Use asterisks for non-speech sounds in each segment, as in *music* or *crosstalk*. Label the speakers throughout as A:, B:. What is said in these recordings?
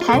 A: 台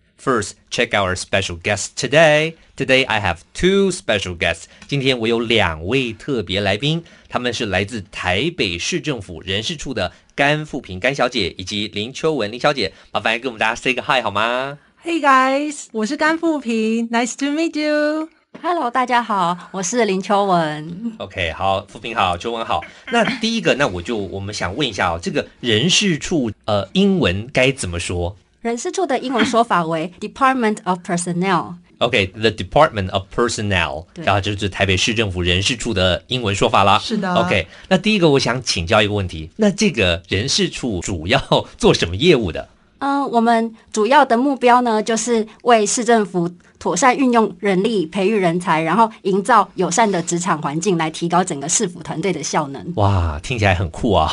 B: First, check our special guest today. Today I have two special guests. 今天我有两位特别来宾，他们是来自台北市政府人事处的甘富平甘小姐以及林秋文林小姐。麻烦跟我们大家 say 个 hi 好吗？
C: Hey guys，我是甘富平，Nice to meet you。
D: Hello，大家好，我是林
B: *laughs*
D: 秋文。
B: OK，好，富平好，秋文好。那第一个，那我就我们想问一下哦，这个人事处呃，英文该怎么说
D: 人事处的英文说法为 Department of Personnel。
B: ？OK，the、Department of Personnel，
D: 对
B: 然后就是台北市政府人事处的英文说法啦。
C: 是的
B: OK，那第一个我想请教一个问题，那这个人事处主要做什么业务的？
D: 嗯，我们主要的目标呢，就是为市政府妥善运用人力、培育人才，然后营造友善的职场环境，来提高整个市府团队的效能。
B: 哇，听起来很酷
C: *laughs*
B: 啊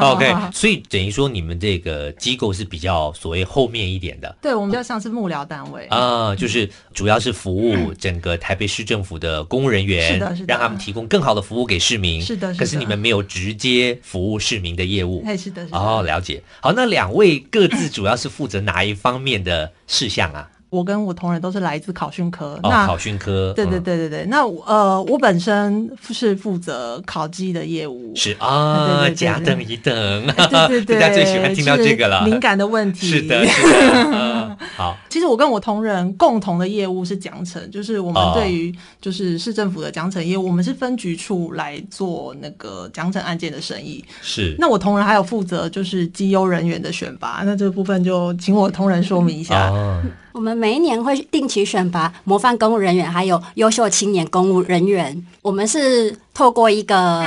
B: ！OK，所以等于说你们这个机构是比较所谓后面一点的。
C: 对，我们比较像是幕僚单位。
B: 啊、就是主要是服务整个台北市政府的公务人员，
C: 是的是的
B: 让他们提供更好的服务给市民。
C: 是的是的
B: 可是你们没有直接服务市民的业务。
C: 哎，是的，是的。
B: 哦，了解。好，那两位各自主要是负责哪一方面的事项啊？
C: 我跟我同仁都是来自考训科。
B: 哦，
C: 那
B: 考训科。
C: 对对
B: 嗯
C: 对对对，那我呃，我本身是负责考鸡的业务。
B: 是啊，
C: 对对对
B: 甲等乙等，
C: 对
B: *laughs*
C: 对对，
B: 大家最喜欢听到这个了。
C: 是敏感的问
B: *laughs*
C: 题。
B: 是
C: *laughs*
B: 的，是的。嗯好，
C: 其实我跟我同仁共同的业务是奖惩，就是我
B: 哦
C: 们对于就是市政府的奖惩业务，我们是分局处来做那个奖惩案件的审议。
B: 是。
C: 那我同仁还有负责就是绩优人员的选拔，那这部分就请我同仁说明一下。
B: 哦，
D: 我们每一年会定期选拔模范公务人员，还有优秀青年公务人员。我们是透过一个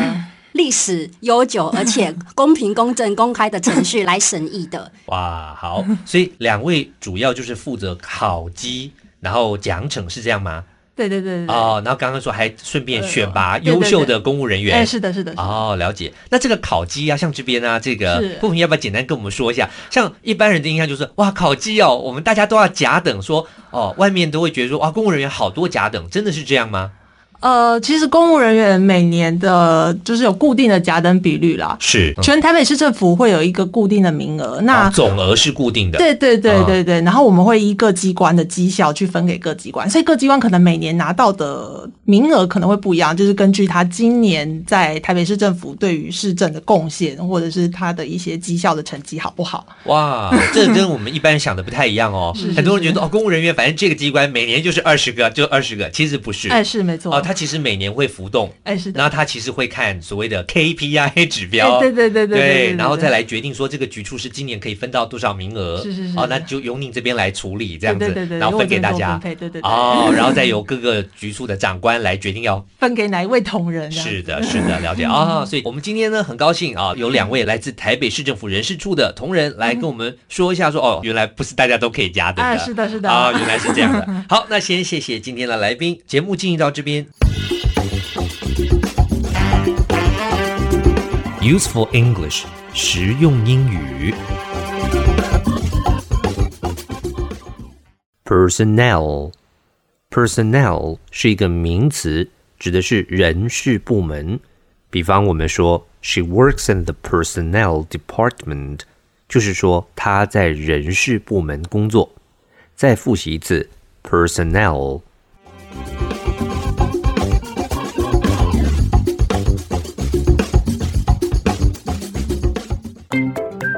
D: 历史悠久而且公平、公正、公开的程序来审议的。
B: 哇，好，所以两位主要就是负责考绩，然后奖惩是这样吗？
C: 对对对对对，
B: 哦，然后刚刚说还顺便选拔
C: 嗯呃对对对
B: 优秀的公务人员。
C: 哎、是的，是的，是的
B: 哦，了解。那这个烤鸡啊，像这边啊，这个
C: 是
B: 不平要不要简单跟我们说一下？像一般人的印象就是，哇，烤鸡哦，我们大家都要甲等说，哦，外面都会觉得说，哇，公务人员好多甲等，真的是这样吗？
C: 呃，其实公务人员每年的就是有固定的甲等比率啦，
B: 是
C: 全台北市政府会有一个固定的名额。
B: 嗯
C: 那、
B: 哦总额是固定的。
C: 对对对
B: 嗯
C: 对对，然后我们会依各机关的绩效去分给各机关，所以各机关可能每年拿到的名额可能会不一样，就是根据他今年在台北市政府对于市政的贡献，或者是他的一些绩效的成绩好不好。
B: 哇，这跟我们一般人想的不太一样
C: *laughs*
B: 哦。很多人觉得哦，公务人员反正这个机关每年就是二十个，就二十个，其实不是。
C: 哎，是没错，
B: 哦，它其实每年会浮动，
C: 哎是的
B: 然，后它其实会看所谓的 KPI *laughs* 指标，
C: 哎对对对
B: 对
C: 对对对对
B: 然后再来决定说这个局处是今年可以分到多少名额，
C: 是是是
B: 哦，
C: 是
B: 那就由你这边来处理这样子，
C: 对对对对
B: 然后分给大家
C: 由我这边做分，配对对对
B: 哦，然后
C: *laughs*
B: 再由各个局处的长官来决定要
C: 分给哪一位同仁？啊这样
B: 是的，是的，了
C: *laughs*
B: 解啊、所以我们今天呢，很高兴啊，有两位来自台北市政府人事处的同仁来跟我们说一下说，哦，原来不是大家都可以加的，
C: 哎是的是的
B: 啊，原来是这样
C: *laughs*
B: 的。好，那先谢谢今天的来宾，节目进行到这边。Useful English，实用英语。Personnel。Personnel 是一个名词，指的是人事部门。比方我们说，She works in the personnel department，就是说她在人事部门工作。再复习一次，personnel。